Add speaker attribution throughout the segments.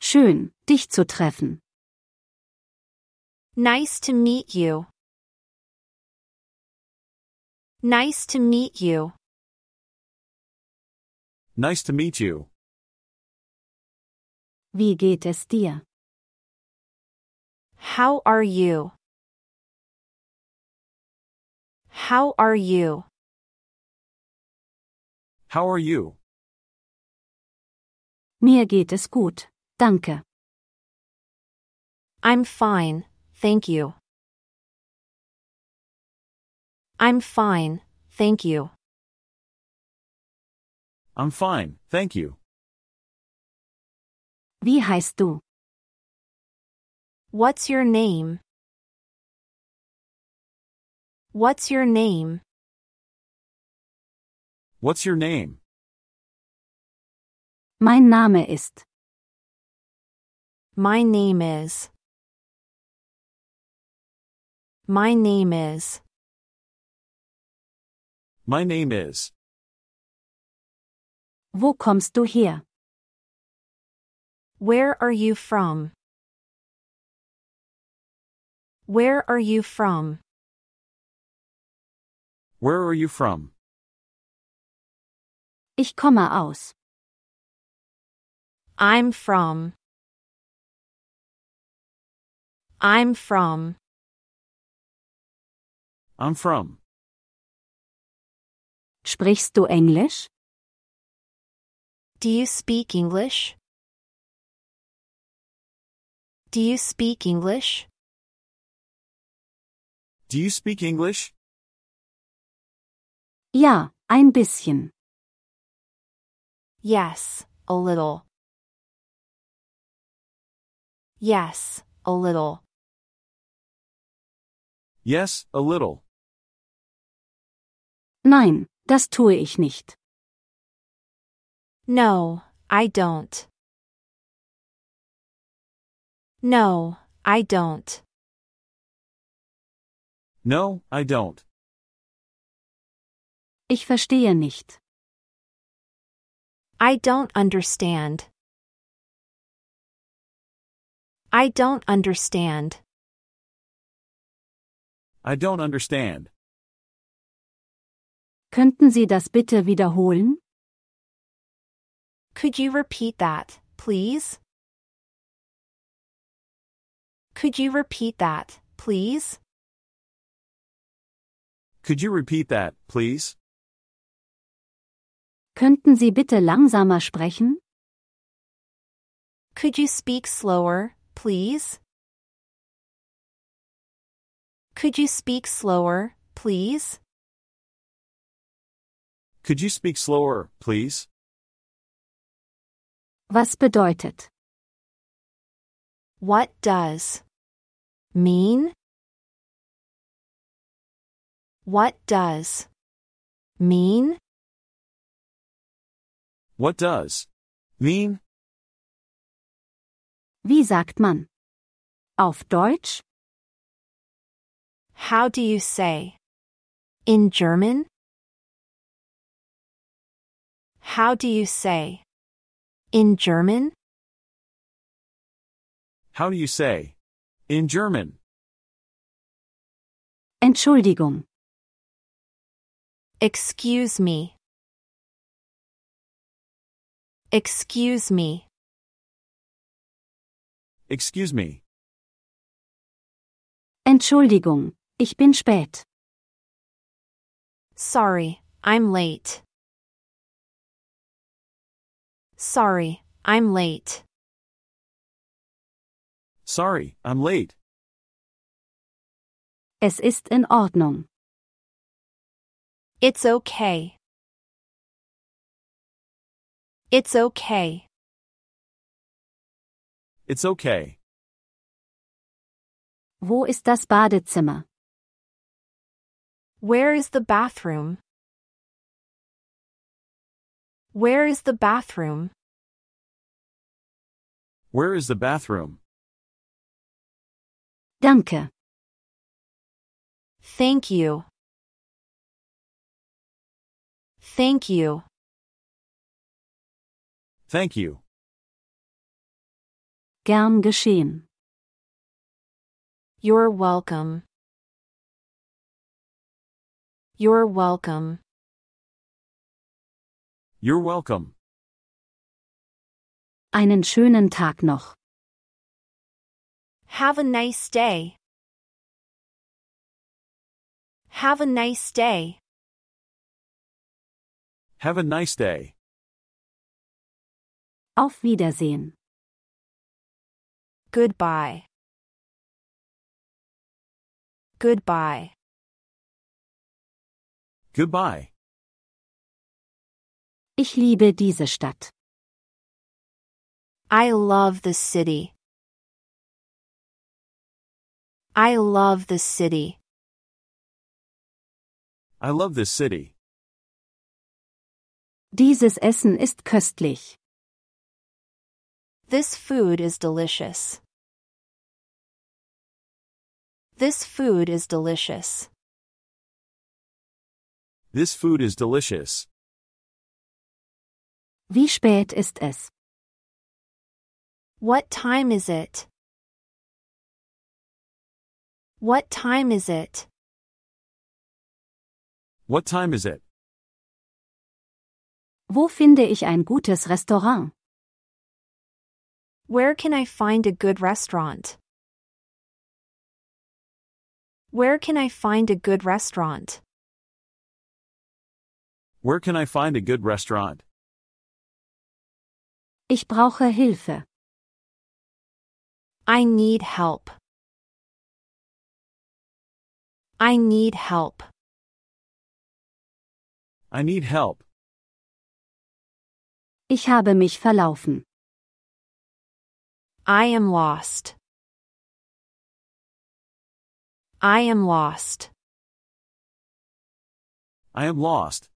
Speaker 1: Schön, dich zu treffen.
Speaker 2: Nice to meet you. Nice to meet you.
Speaker 3: Nice to meet you.
Speaker 1: Wie geht es dir?
Speaker 2: How are you? How are you?
Speaker 3: How are you?
Speaker 1: Mir geht es gut, danke.
Speaker 2: I'm fine, thank you. I'm fine, thank you.
Speaker 3: I'm fine, thank you.
Speaker 1: Wie heißt du?
Speaker 2: What's your name? What's your name?
Speaker 3: What's your name?
Speaker 1: Mein Name ist.
Speaker 2: My name is. My name is.
Speaker 3: My name is.
Speaker 1: Wo kommst du her?
Speaker 2: Where are you from? Where are you from?
Speaker 3: Where are you from?
Speaker 1: Ich komme aus.
Speaker 2: I'm from. I'm from.
Speaker 3: I'm from.
Speaker 1: Sprichst du Englisch?
Speaker 2: Do you speak English? Do you speak English?
Speaker 3: Do you speak English?
Speaker 1: Ja, ein bisschen.
Speaker 2: Yes, a little. Yes, a little.
Speaker 3: Yes, a little.
Speaker 1: Nein, das tue ich nicht.
Speaker 2: No, I don't. No, I don't.
Speaker 3: No, I don't.
Speaker 1: Ich verstehe nicht.
Speaker 2: I don't understand. I don't understand.
Speaker 3: I don't understand.
Speaker 1: Könnten Sie das bitte wiederholen?
Speaker 2: Could you repeat that, please? Could you repeat that, please?
Speaker 3: Could you repeat that, please?
Speaker 1: Könnten Sie bitte langsamer sprechen?
Speaker 2: Could you speak slower, please? Could you speak slower, please?
Speaker 3: Could you speak slower, please?
Speaker 1: Was bedeutet?
Speaker 2: What does mean? What does mean?
Speaker 3: What does mean?
Speaker 1: Wie sagt man? Auf Deutsch?
Speaker 2: How do you say? In German? How do you say? In German?
Speaker 3: How do you say? In German.
Speaker 1: Entschuldigung.
Speaker 2: Excuse me. Excuse me.
Speaker 3: Excuse me.
Speaker 1: Entschuldigung, ich bin spät.
Speaker 2: Sorry, I'm late. Sorry, I'm late.
Speaker 3: Sorry, I'm late.
Speaker 1: Es ist in Ordnung.
Speaker 2: It's okay. It's okay.
Speaker 3: It's okay.
Speaker 1: Wo ist das Badezimmer?
Speaker 2: Where is the bathroom? Where is the bathroom?
Speaker 3: Where is the bathroom?
Speaker 1: Danke.
Speaker 2: Thank you. Thank you.
Speaker 3: Thank you.
Speaker 1: Gern geschehen.
Speaker 2: You're welcome. You're welcome.
Speaker 3: You're welcome.
Speaker 1: Einen schönen Tag noch.
Speaker 2: Have a nice day. Have a nice day.
Speaker 3: Have a nice day.
Speaker 1: Auf Wiedersehen.
Speaker 2: Goodbye. Goodbye.
Speaker 3: Goodbye.
Speaker 1: Ich liebe diese Stadt.
Speaker 2: I love the city. I love the city.
Speaker 3: I love this city.
Speaker 1: Dieses Essen ist köstlich.
Speaker 2: This food is delicious. This food is delicious.
Speaker 3: This food is delicious.
Speaker 1: Wie spät ist es?
Speaker 2: What time is it? What time is it?
Speaker 3: What time is it?
Speaker 1: Wo finde ich ein gutes Restaurant?
Speaker 2: Where can I find a good restaurant? Where can I find a good restaurant?
Speaker 3: Where can I find a good restaurant?
Speaker 1: Ich brauche Hilfe.
Speaker 2: I need help. I need help.
Speaker 3: I need help.
Speaker 1: Ich habe mich verlaufen.
Speaker 2: I am lost. I am lost.
Speaker 3: I am lost.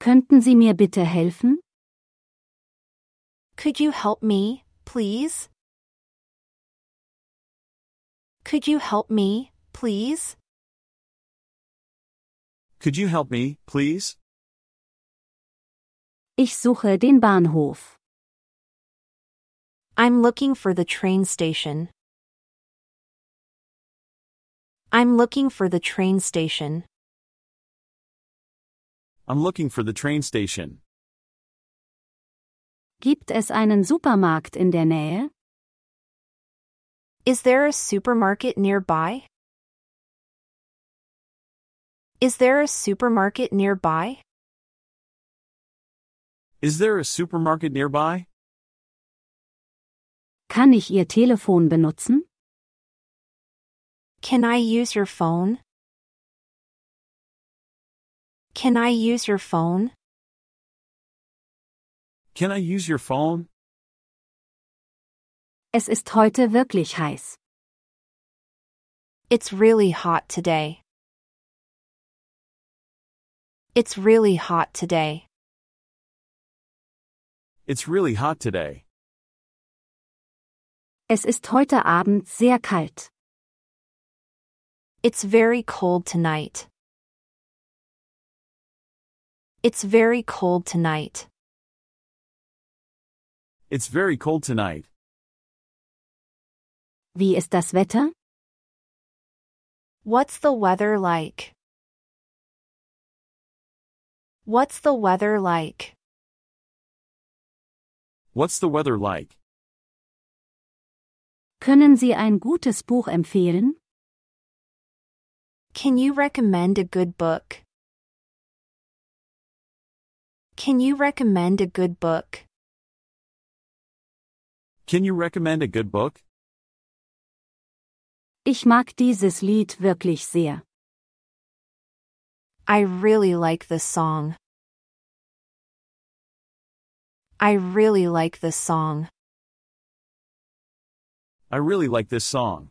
Speaker 1: Könnten Sie mir bitte helfen?
Speaker 2: Could you help me, please? Could you help me, please?
Speaker 3: Could you help me, please?
Speaker 1: Ich suche den Bahnhof.
Speaker 2: I'm looking for the train station. I'm looking for the train station.
Speaker 3: I'm looking for the train station.
Speaker 1: Gibt es einen Supermarkt in der Nähe?
Speaker 2: Is there a supermarket nearby? Is there a supermarket nearby?
Speaker 3: Is there a supermarket nearby?
Speaker 1: Kann ich Ihr Telefon benutzen?
Speaker 2: Can I use your phone? Can I use your phone?
Speaker 3: Can I use your phone?
Speaker 1: Es ist heute wirklich heiß.
Speaker 2: It's really hot today. It's really hot today.
Speaker 3: It's really hot today.
Speaker 1: Es ist heute Abend sehr kalt.
Speaker 2: It's very cold tonight. It's very cold tonight.
Speaker 3: It's very cold tonight.
Speaker 1: Wie ist das Wetter?
Speaker 2: What's the weather like? What's the weather like?
Speaker 3: What's the weather like?
Speaker 1: Können Sie ein gutes Buch empfehlen?
Speaker 2: Can you recommend a good book? Can you recommend a good book?
Speaker 3: Can you recommend a good book?
Speaker 1: Ich mag dieses Lied wirklich sehr.
Speaker 2: I really like this song. I really like this song.
Speaker 3: I really like this song.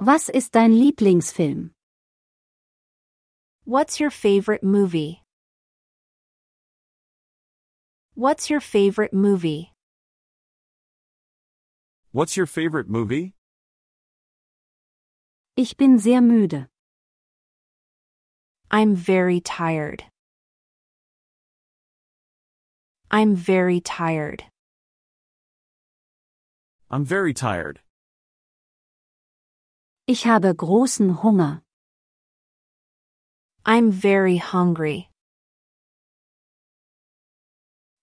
Speaker 1: Was ist dein Lieblingsfilm?
Speaker 2: What's your favorite movie? What's your favorite movie?
Speaker 3: What's your favorite movie?
Speaker 1: Ich bin sehr müde.
Speaker 2: I'm very tired. I'm very tired.
Speaker 3: I'm very tired.
Speaker 1: Ich habe großen Hunger.
Speaker 2: I'm very hungry.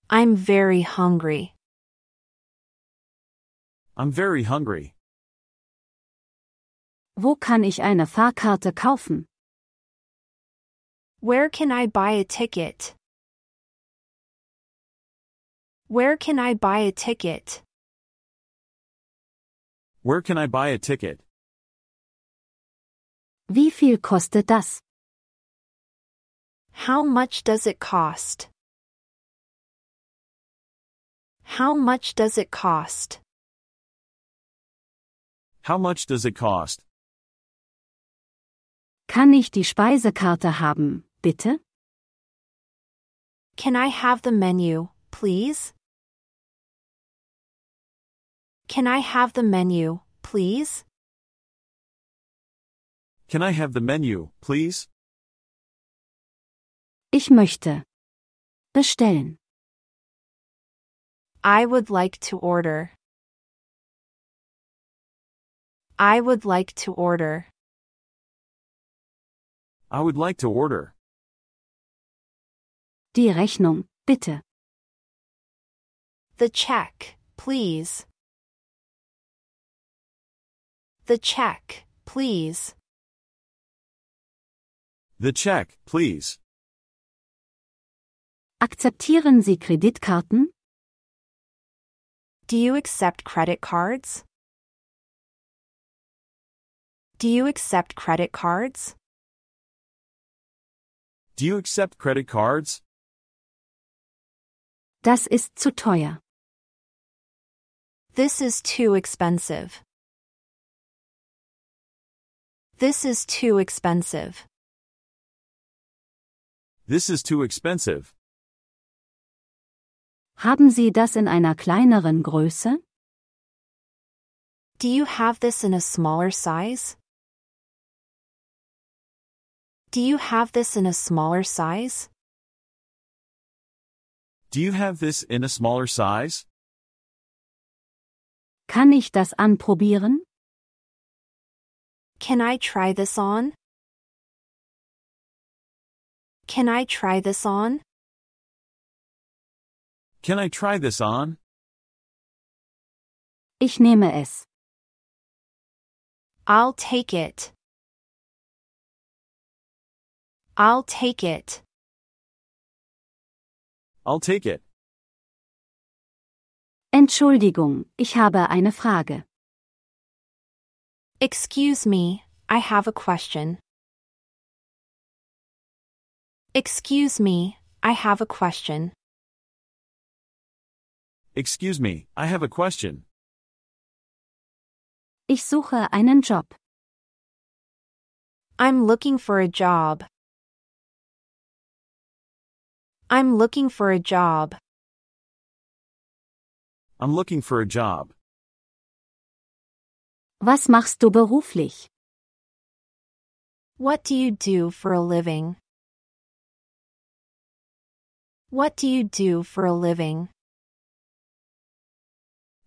Speaker 2: I'm very hungry.
Speaker 3: I'm very hungry.
Speaker 1: Wo kann ich eine Fahrkarte kaufen?
Speaker 2: Where can I buy a ticket? Where can I buy a ticket?
Speaker 3: Where can I buy a ticket?
Speaker 1: Wie viel kostet das?
Speaker 2: How much does it cost? How much does it cost?
Speaker 3: How much does it cost?
Speaker 1: Kann ich die Speisekarte haben, bitte?
Speaker 2: Can I have the menu, please? Can I have the menu, please?
Speaker 3: Can I have the menu, please?
Speaker 1: Ich möchte bestellen.
Speaker 2: I would like to order. I would like to order.
Speaker 3: I would like to order.
Speaker 1: Die Rechnung, bitte.
Speaker 2: The check, please. The check, please.
Speaker 3: The check, please.
Speaker 1: Akzeptieren Sie Kreditkarten?
Speaker 2: Do you accept credit cards? Do you accept credit cards?
Speaker 3: Do you accept credit cards?
Speaker 1: Das ist zu teuer.
Speaker 2: This is too expensive. This is too expensive.
Speaker 3: This is too expensive.
Speaker 1: Haben Sie das in einer kleineren Größe?
Speaker 2: Do you have this in a smaller size? Do you have this in a smaller size?
Speaker 3: Do you have this in a smaller size?
Speaker 1: Kann ich das anprobieren?
Speaker 2: Can I try this on? Can I try this on?
Speaker 3: Can I try this on?
Speaker 1: Ich nehme es.
Speaker 2: I'll take it. I'll take it.
Speaker 3: I'll take it.
Speaker 1: Entschuldigung, ich habe eine Frage.
Speaker 2: Excuse me, I have a question. Excuse me, I have a question.
Speaker 3: Excuse me, I have a question.
Speaker 1: Ich suche einen Job.
Speaker 2: I'm looking for a job. I'm looking for a job.
Speaker 3: I'm looking for a job.
Speaker 1: Was machst du beruflich?
Speaker 2: What do you do for a living? What do you do for a living?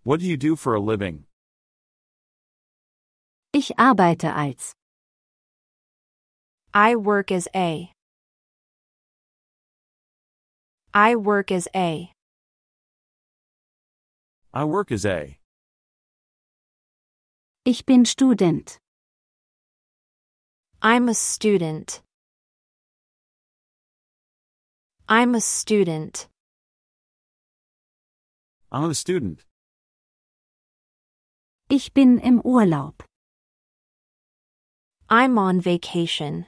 Speaker 3: What do you do for a living?
Speaker 1: Ich arbeite als.
Speaker 2: I work as a. I work as a.
Speaker 3: I work as a.
Speaker 1: Ich bin Student.
Speaker 2: I'm a student. I'm a student.
Speaker 3: I'm a student.
Speaker 1: Ich bin im Urlaub.
Speaker 2: I'm on vacation.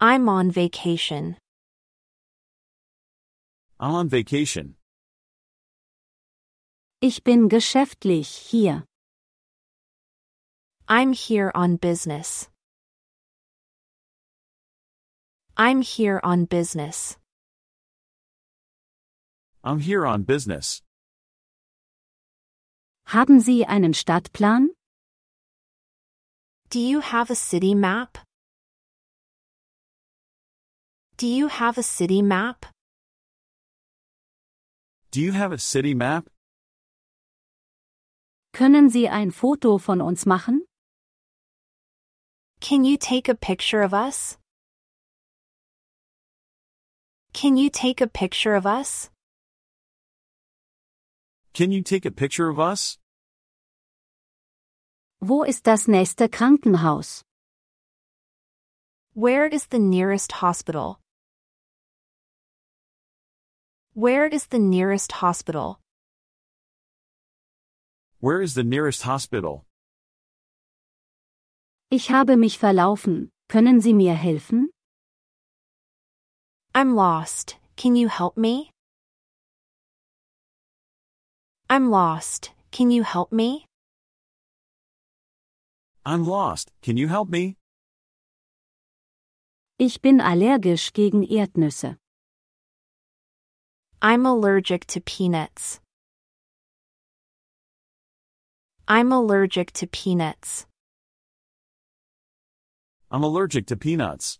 Speaker 2: I'm on vacation.
Speaker 3: I'm on vacation.
Speaker 1: Ich bin geschäftlich hier.
Speaker 2: I'm here on business. I'm here on business.
Speaker 3: I'm here on business.
Speaker 1: Haben Sie einen Stadtplan?
Speaker 2: Do you have a city map? Do you have a city map?
Speaker 3: Do you have a city map?
Speaker 1: Können Sie ein Foto von uns machen?
Speaker 2: Can you take a picture of us? Can you take a picture of us?
Speaker 3: Can you take a picture of us?
Speaker 1: Wo ist das nächste Krankenhaus?
Speaker 2: Where is the nearest hospital? Where is the nearest hospital?
Speaker 3: Where is the nearest hospital?
Speaker 1: Ich habe mich verlaufen. Können Sie mir helfen?
Speaker 2: I'm lost. Can you help me? I'm lost. Can you help me?
Speaker 3: I'm lost. Can you help me?
Speaker 1: Ich bin allergisch gegen Erdnüsse.
Speaker 2: I'm allergic to peanuts. I'm allergic to peanuts.
Speaker 3: I'm allergic to peanuts.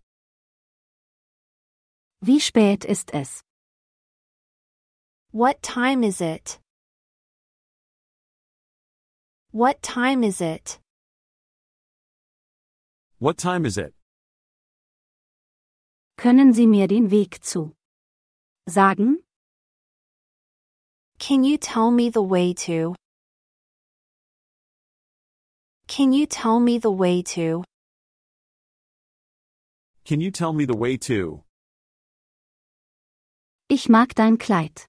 Speaker 1: Wie spät ist es?
Speaker 2: What time is it? What time is it?
Speaker 3: What time is it?
Speaker 1: Können Sie mir den Weg zu sagen?
Speaker 2: Can you tell me the way to? Can you tell me the way to?
Speaker 3: Can you tell me the way to?
Speaker 1: Ich mag dein Kleid.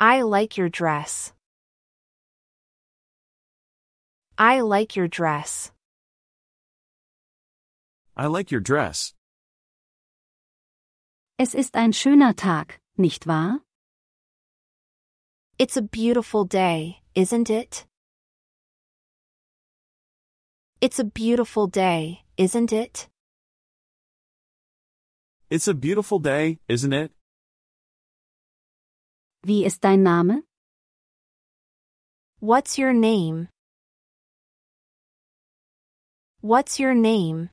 Speaker 2: I like your dress. I like your dress.
Speaker 3: I like your dress.
Speaker 1: Es ist ein schöner Tag, nicht wahr?
Speaker 2: It's a beautiful day, isn't it? It's a beautiful day, isn't it?
Speaker 3: It's a beautiful day, isn't it?
Speaker 1: Wie ist dein Name?
Speaker 2: What's your name? What's your name?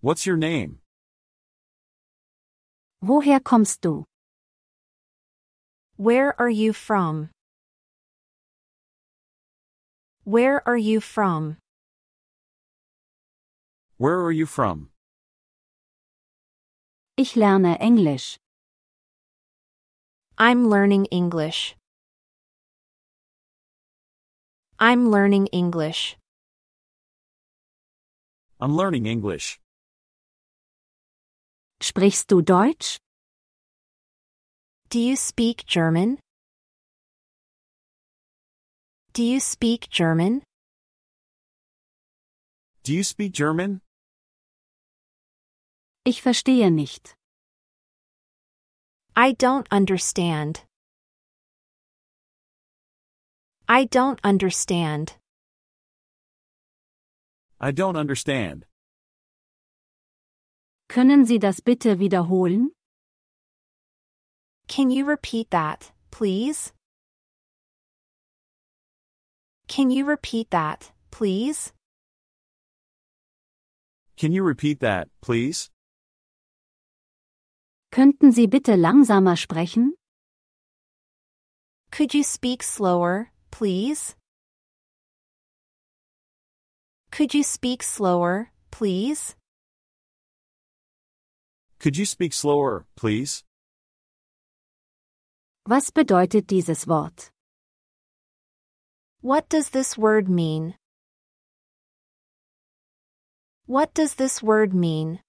Speaker 3: What's your name?
Speaker 1: Woher kommst du?
Speaker 2: Where are you from? Where are you from?
Speaker 3: Where are you from?
Speaker 1: Ich lerne Englisch.
Speaker 2: I'm learning English. I'm learning English.
Speaker 3: I'm learning English.
Speaker 1: Sprichst du Deutsch?
Speaker 2: Do you speak German? Do you speak German?
Speaker 3: Do you speak German?
Speaker 1: Ich verstehe nicht.
Speaker 2: I don't understand. I don't understand.
Speaker 3: I don't understand.
Speaker 1: Können Sie das bitte wiederholen?
Speaker 2: Can you repeat that, please? Can you repeat that, please?
Speaker 3: Can you repeat that, please?
Speaker 1: Könnten Sie bitte langsamer sprechen?
Speaker 2: Could you speak slower, please? Could you speak slower, please?
Speaker 3: Could you speak slower, please?
Speaker 1: Was bedeutet dieses Wort?
Speaker 2: What does this word mean? What does this word mean?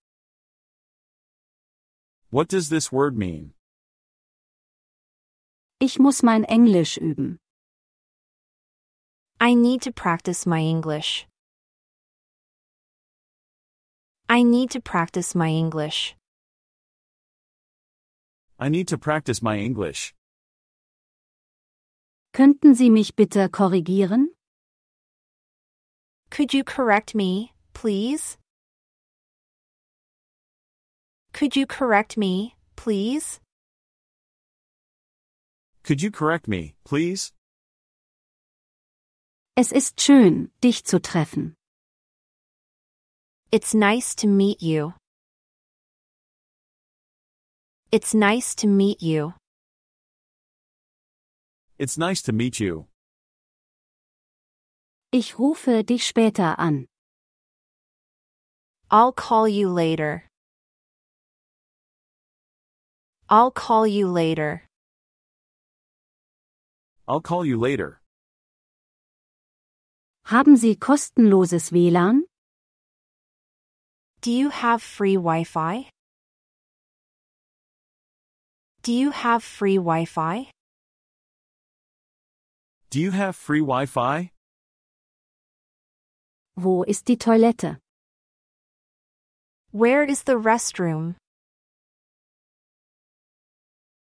Speaker 3: What does this word mean?
Speaker 1: Ich muss mein Englisch üben.
Speaker 2: I need to practice my English. I need to practice my English.
Speaker 3: I need to practice my English.
Speaker 1: Könnten Sie mich bitte korrigieren?
Speaker 2: Could you correct me, please? Could you correct me, please?
Speaker 3: Could you correct me, please?
Speaker 1: Es ist schön, dich zu treffen.
Speaker 2: It's nice to meet you. It's nice to meet you.
Speaker 3: It's nice to meet you.
Speaker 1: Ich rufe dich später an.
Speaker 2: I'll call you later. I'll call you later.
Speaker 3: I'll call you later.
Speaker 1: Haben Sie kostenloses WLAN?
Speaker 2: Do you have free Wi Fi? Do you have free Wi Fi?
Speaker 3: Do you have free Wi Fi?
Speaker 1: Wo ist die Toilette?
Speaker 2: Where is the restroom?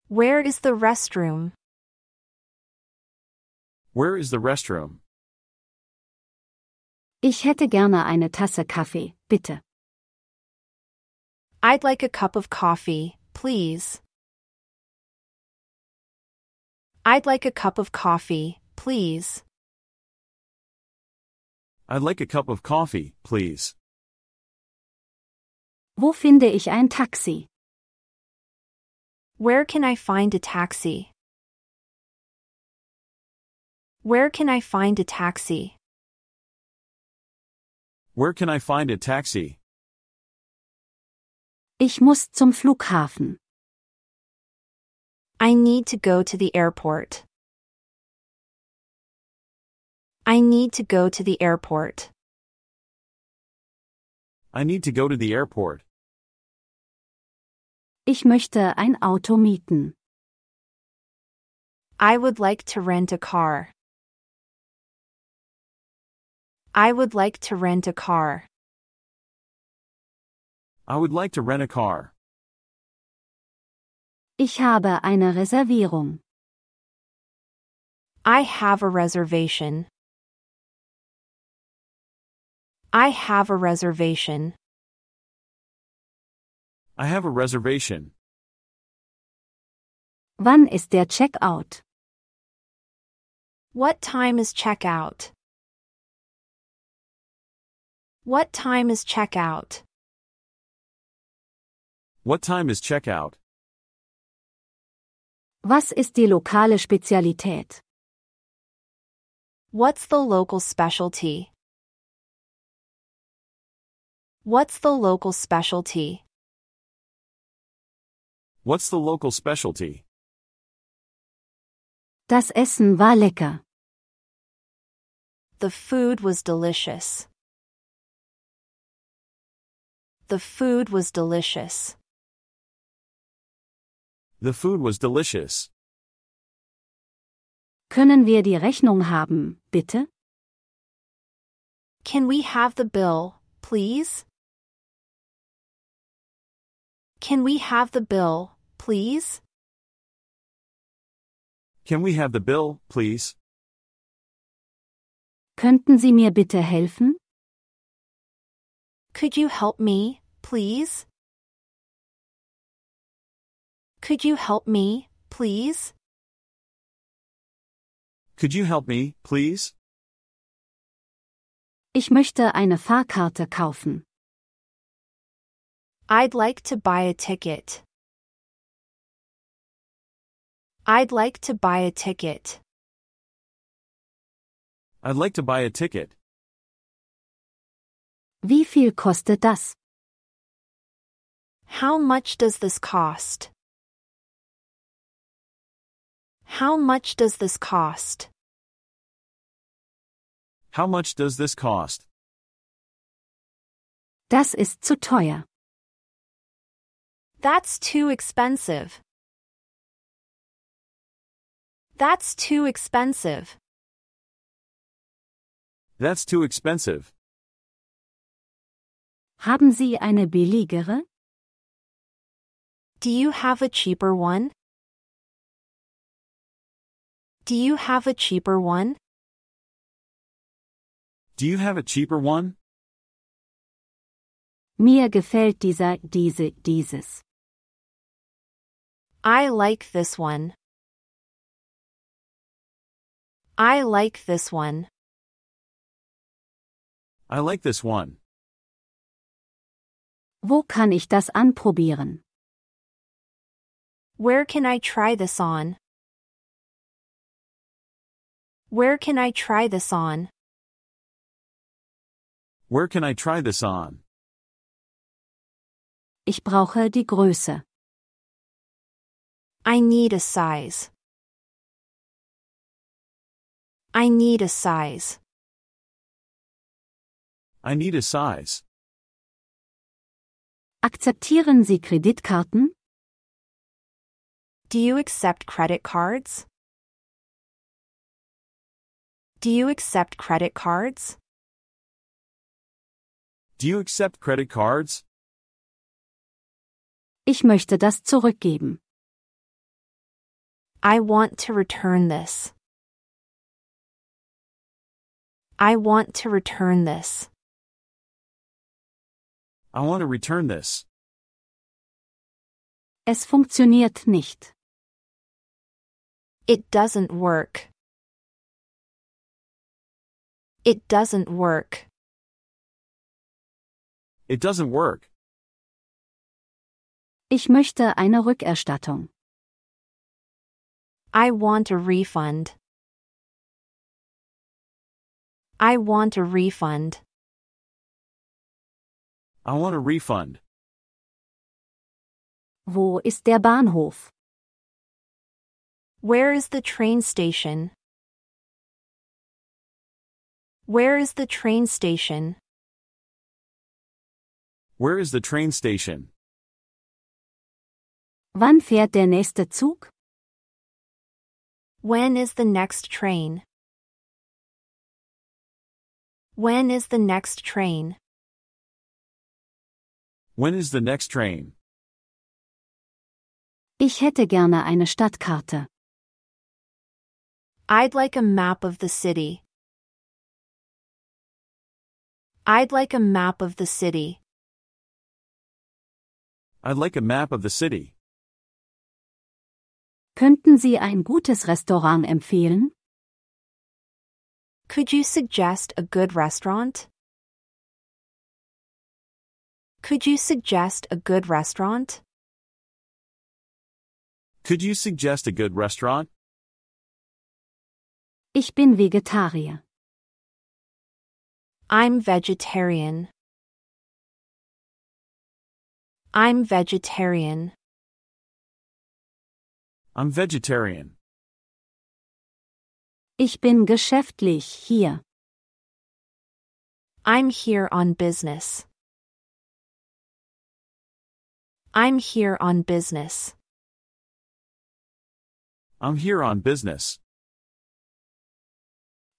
Speaker 2: Where is the restroom?
Speaker 3: Where is the restroom?
Speaker 1: Ich hätte gerne eine Tasse Kaffee, bitte.
Speaker 2: I'd like a cup of coffee, please. I'd like a cup of coffee, please.
Speaker 3: I'd like a cup of coffee, please.
Speaker 1: Wo finde ich ein Taxi?
Speaker 2: Where can I find a taxi? Where can I find a taxi?
Speaker 3: Where can I find a taxi?
Speaker 1: Ich muss zum Flughafen.
Speaker 2: I need to go to the airport. I need to go to the airport.
Speaker 3: I need to go to the airport.
Speaker 1: Ich möchte ein Auto mieten.
Speaker 2: I would like to rent a car. I would like to rent a car.
Speaker 3: I would like to rent a car.
Speaker 1: Ich habe eine Reservierung.
Speaker 2: I have a reservation. I have a reservation.
Speaker 3: I have a reservation.
Speaker 1: Wann ist der Checkout?
Speaker 2: What time is checkout? What time is checkout?
Speaker 3: What time is checkout?
Speaker 1: Was ist die lokale Spezialität?
Speaker 2: What's the local specialty? What's the local specialty?
Speaker 3: What's the local specialty?
Speaker 1: Das Essen war lecker.
Speaker 2: The food was delicious. The food was delicious.
Speaker 3: The food was delicious.
Speaker 1: Können wir die Rechnung haben, bitte?
Speaker 2: Can we have the bill, please? Can we have the bill, please?
Speaker 3: Can we have the bill, please?
Speaker 1: Könnten Sie mir bitte helfen?
Speaker 2: Could you help me, please? Could you help me, please?
Speaker 3: Could you help me, please?
Speaker 1: Ich möchte eine Fahrkarte kaufen.
Speaker 2: I'd like to buy a ticket. I'd like to buy a ticket.
Speaker 3: I'd like to buy a ticket.
Speaker 1: Wie viel kostet das?
Speaker 2: How much does this cost? How much does this cost?
Speaker 3: How much does this cost?
Speaker 1: Das ist zu teuer.
Speaker 2: That's too expensive. That's too expensive.
Speaker 3: That's too expensive.
Speaker 1: Haben Sie eine billigere?
Speaker 2: Do you have a cheaper one? Do you have a cheaper one?
Speaker 3: Do you have a cheaper one?
Speaker 1: Mir gefällt dieser, diese, dieses.
Speaker 2: I like this one. I like this one.
Speaker 3: I like this one.
Speaker 1: Wo kann ich das anprobieren?
Speaker 2: Where can I try this on? Where can I try this on?
Speaker 3: Where can I try this on?
Speaker 1: Ich brauche die Größe.
Speaker 2: I need a size. I need a size.
Speaker 3: I need a size.
Speaker 1: Akzeptieren Sie Kreditkarten?
Speaker 2: Do you accept credit cards? Do you accept credit cards?
Speaker 3: Do you accept credit cards?
Speaker 1: Ich möchte das zurückgeben.
Speaker 2: I want to return this. I want to return this.
Speaker 3: I want to return this.
Speaker 1: Es funktioniert nicht.
Speaker 2: It doesn't work. It doesn't work.
Speaker 3: It doesn't work.
Speaker 1: Ich möchte eine Rückerstattung.
Speaker 2: I want a refund. I want a refund.
Speaker 3: I want a refund.
Speaker 1: Wo ist der Bahnhof?
Speaker 2: Where is the train station? Where is the train station?
Speaker 3: Where is the train station?
Speaker 1: Wann fährt der nächste Zug?
Speaker 2: When is the next train? When is the next train?
Speaker 3: When is the next train?
Speaker 1: Ich hätte gerne eine Stadtkarte.
Speaker 2: I'd like a map of the city. I'd like a map of the city.
Speaker 3: I'd like a map of the city.
Speaker 1: Könnten Sie ein gutes Restaurant empfehlen?
Speaker 2: Could you suggest a good restaurant? Could you suggest a good restaurant?
Speaker 3: Could you suggest a good restaurant?
Speaker 1: Ich bin Vegetarier.
Speaker 2: I'm vegetarian. I'm vegetarian.
Speaker 3: I'm vegetarian.
Speaker 1: Ich bin geschäftlich hier.
Speaker 2: I'm here on business. I'm here on business.
Speaker 3: I'm here on business.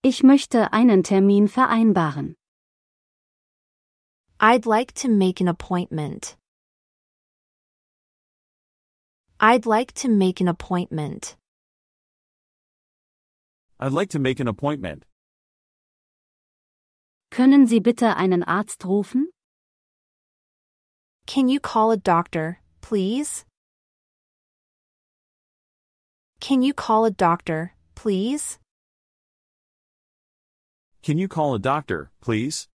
Speaker 1: Ich möchte einen Termin vereinbaren.
Speaker 2: I'd like to make an appointment. I'd like to make an appointment.
Speaker 3: I'd like to make an appointment.
Speaker 1: Können Sie bitte einen Arzt rufen?
Speaker 2: Can you call a doctor, please? Can you call a doctor, please?
Speaker 3: Can you call a doctor, please?